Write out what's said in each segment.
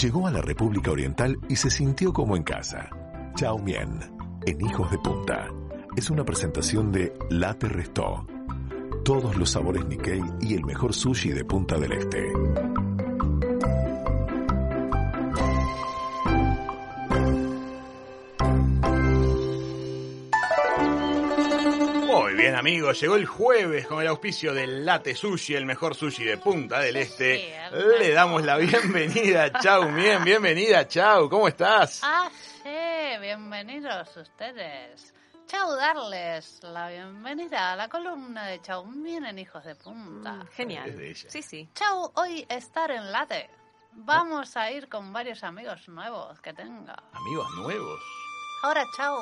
Llegó a la República Oriental y se sintió como en casa. Chao Mien, en Hijos de Punta. Es una presentación de Latte Restó. Todos los sabores Nikkei y el mejor sushi de Punta del Este. Muy bien, amigos, llegó el jueves con el auspicio del Late Sushi, el mejor sushi de Punta del Este. Cierto. Le damos la bienvenida a Chau Mien, bienvenida Chau, ¿cómo estás? Ah, sí, bienvenidos ustedes. Chau, darles la bienvenida a la columna de Chau. Vienen hijos de punta. Mm, Mm. Es de Genial. ella. Sí, sí. Chau, hoy estar en late. Vamos a ir con varios amigos nuevos que tenga. Amigos nuevos. Ahora, chau,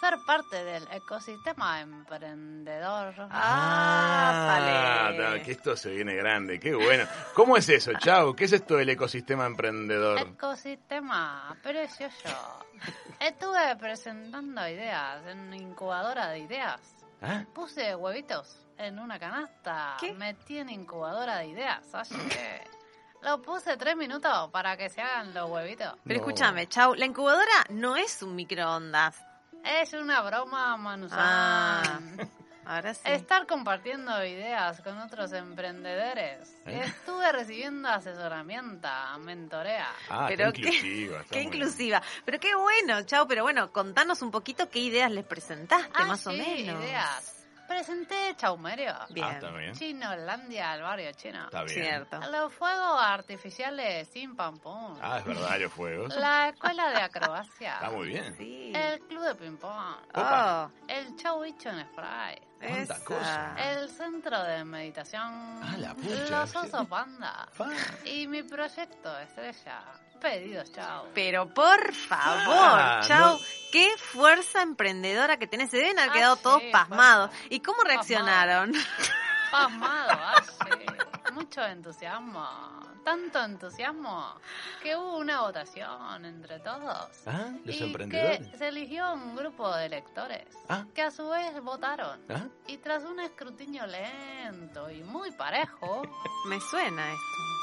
ser parte del ecosistema emprendedor. Ah, vale. ta, que esto se viene grande, qué bueno. ¿Cómo es eso, Chau? ¿Qué es esto del ecosistema emprendedor? Eh, Ecosistema, precioso. Estuve presentando ideas en una incubadora de ideas. ¿Ah? Puse huevitos en una canasta. ¿Qué? Metí en incubadora de ideas. Así que lo puse tres minutos para que se hagan los huevitos. No. Pero escúchame, Chau, la incubadora no es un microondas. Es una broma, Manusan. Ah, Ahora sí. Estar compartiendo ideas con otros emprendedores. ¿Eh? Estuve recibiendo asesoramiento, mentorea. Ah, está Pero qué- inclusiva. está Qué muy- inclusiva. Pero qué bueno, Chau. Pero bueno, contanos un poquito qué ideas les presentaste, Ah, más o sí, menos. ideas. Presenté Chaumerio. Bien. Ah, está bien. Chinolandia, el barrio chino. Está bien. Cierto. Los fuegos artificiales sin pam pum. Ah, es verdad, los juegos. La escuela de acrobacia. Está muy bien. Sí. El club de ping-pong. Oh, Opa. El show hecho en spray. Cuánta esa. cosa. El centro de meditación. Ah, la pucha. Los osos panda. Fa. Y mi proyecto estrella. Pedidos chao. Pero por favor, Ah, Chau, no. qué fuerza emprendedora que tenés. Se deben haber Ah, quedado sí, todos pasmados. basta. ¿Y cómo reaccionaron? Pasmado, ah, sí. Mucho entusiasmo. Tanto entusiasmo que hubo una votación entre todos. Ah, los y emprendedores. Que se eligió un grupo de lectores Ah. que a su vez votaron. ¿Ah? Y tras un escrutinio lento y muy parejo, Me suena esto.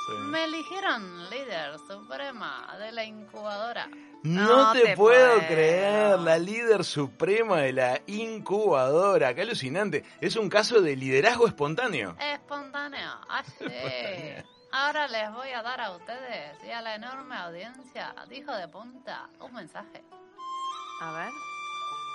Sí. me eligieron líder suprema de la incubadora. No, No te, te puedo puedo. creer, la líder suprema de la incubadora. Qué alucinante. Es un caso de liderazgo espontáneo. Espontánea, así. Ahora les voy a dar a ustedes y a la enorme audiencia, dijo de punta, un mensaje. A ver.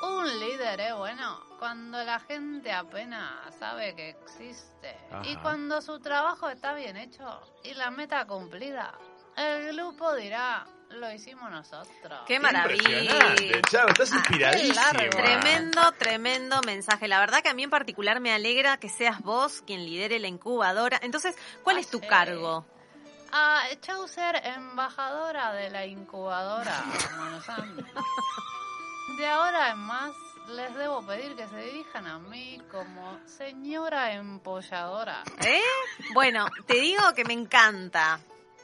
Un líder es bueno cuando la gente apenas sabe que existe y Ajá. cuando su trabajo está bien hecho y la meta cumplida. El grupo dirá, lo hicimos nosotros. Qué Qué Impresionante, maravilla. Chavo, estás Ah, inspiradísima. qué largo. Tremendo, tremendo mensaje. La verdad que a mí en particular me alegra que seas vos quien lidere la incubadora. Entonces, ¿cuál es tu Así. cargo? A Chaucer, Ah, embajadora de la incubadora, Manosan. De ahora en más, les debo pedir que se dirijan a mí como señora empolladora. ¿Eh? Bueno, te digo que me encanta.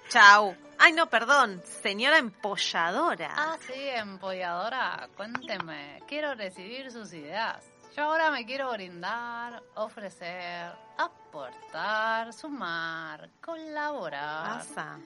Chau. Ay, no, perdón. Señora empolladora. Ah, sí, empolladora, cuénteme. Quiero recibir sus ideas. Yo ahora me quiero brindar, ofrecer, aportar, sumar, colaborar, Pasa.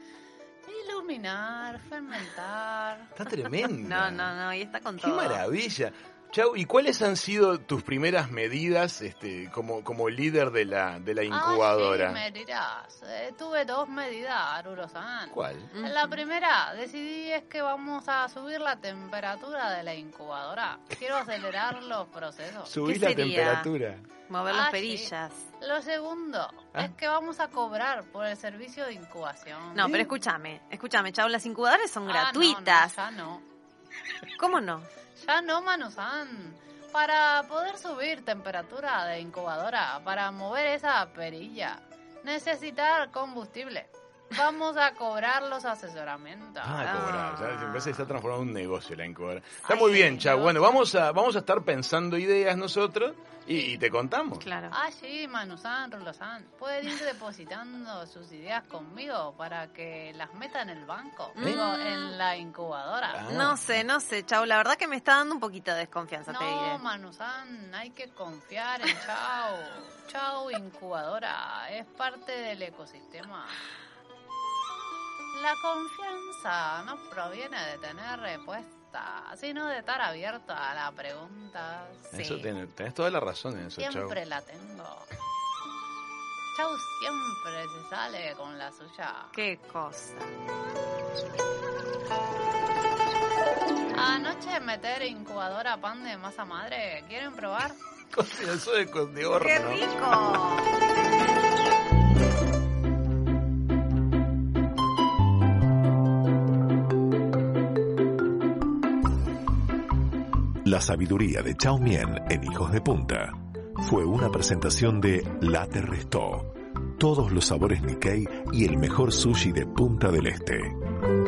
iluminar, fermentar. Está tremendo. No, no, no. Y está con Qué todo. maravilla. Chau, ¿y cuáles han sido tus primeras medidas este, como, como líder de la, de la Ah, sí, incubadora? medidas. Eh, tuve dos medidas, Aruro-san. ¿Cuál? Ujú. La primera, decidí es que vamos a subir la temperatura de la incubadora. Quiero acelerar los procesos. Subí ¿Qué la sería? temperatura. Mover Ah, las sí. perillas. Lo segundo, Ah. es que vamos a cobrar por el servicio de incubación. No, pero escúchame. Escúchame, chau. Las incubadoras son Ah, gratuitas. No, no, ya no. ¿Cómo no? Ya no, Manusan. Para poder subir temperatura de incubadora, para mover esa perilla, necesitar combustible. Vamos a cobrar los asesoramientos. Ah, Ah. cobrar. Ya se parece que está transformando en un negocio la incubadora. Está Ay, muy sí, bien, Chau. no. Bueno, vamos a, vamos a estar pensando ideas nosotros y, y te contamos. Claro. Ah, sí, Manusan, Rulosan. Pueden ir depositando sus ideas conmigo para que las meta en el banco. Digo, en la incubadora. Ah. No sé, no sé, Chau. La verdad que me está dando un poquito de desconfianza, te diré. No, Manusan, hay que confiar en Chao. Chao, incubadora. Es parte del ecosistema. La confianza no proviene de tener respuesta, sino de estar abierto a la pregunta. Sí, Eso tiene- tenés toda la razón en eso, Chau. siempre la tengo. Chau siempre se sale con la suya. Qué cosa. Anoche meter incubadora pan de masa madre. ¿Quieren probar? Cocina eso de, con- de horno. ¡Qué rico! La sabiduría de Chao Mien en Hijos de Punta fue una presentación de La Te Restó, todos los sabores Nikkei y el mejor sushi de Punta del Este.